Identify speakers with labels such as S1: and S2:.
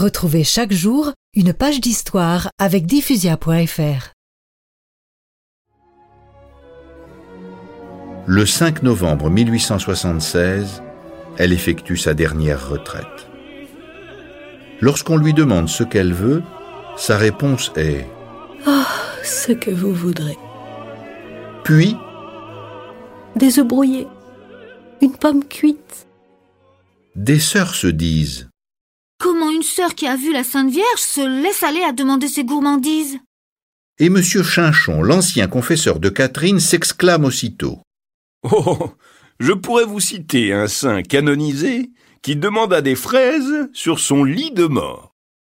S1: Retrouvez chaque jour une page d'histoire avec diffusia.fr.
S2: Le 5 novembre 1876, elle effectue sa dernière retraite. Lorsqu'on lui demande ce qu'elle veut, sa réponse est
S3: Ah, ce que vous voudrez.
S2: puis
S3: Des œufs brouillés. Une pomme cuite.
S2: des sœurs se disent
S4: Comment une sœur qui a vu la Sainte Vierge se laisse aller à demander ses gourmandises
S2: et M. Chinchon, l'ancien confesseur de Catherine, s'exclame aussitôt.
S5: Oh Je pourrais vous citer un saint canonisé qui demanda des fraises sur son lit de mort.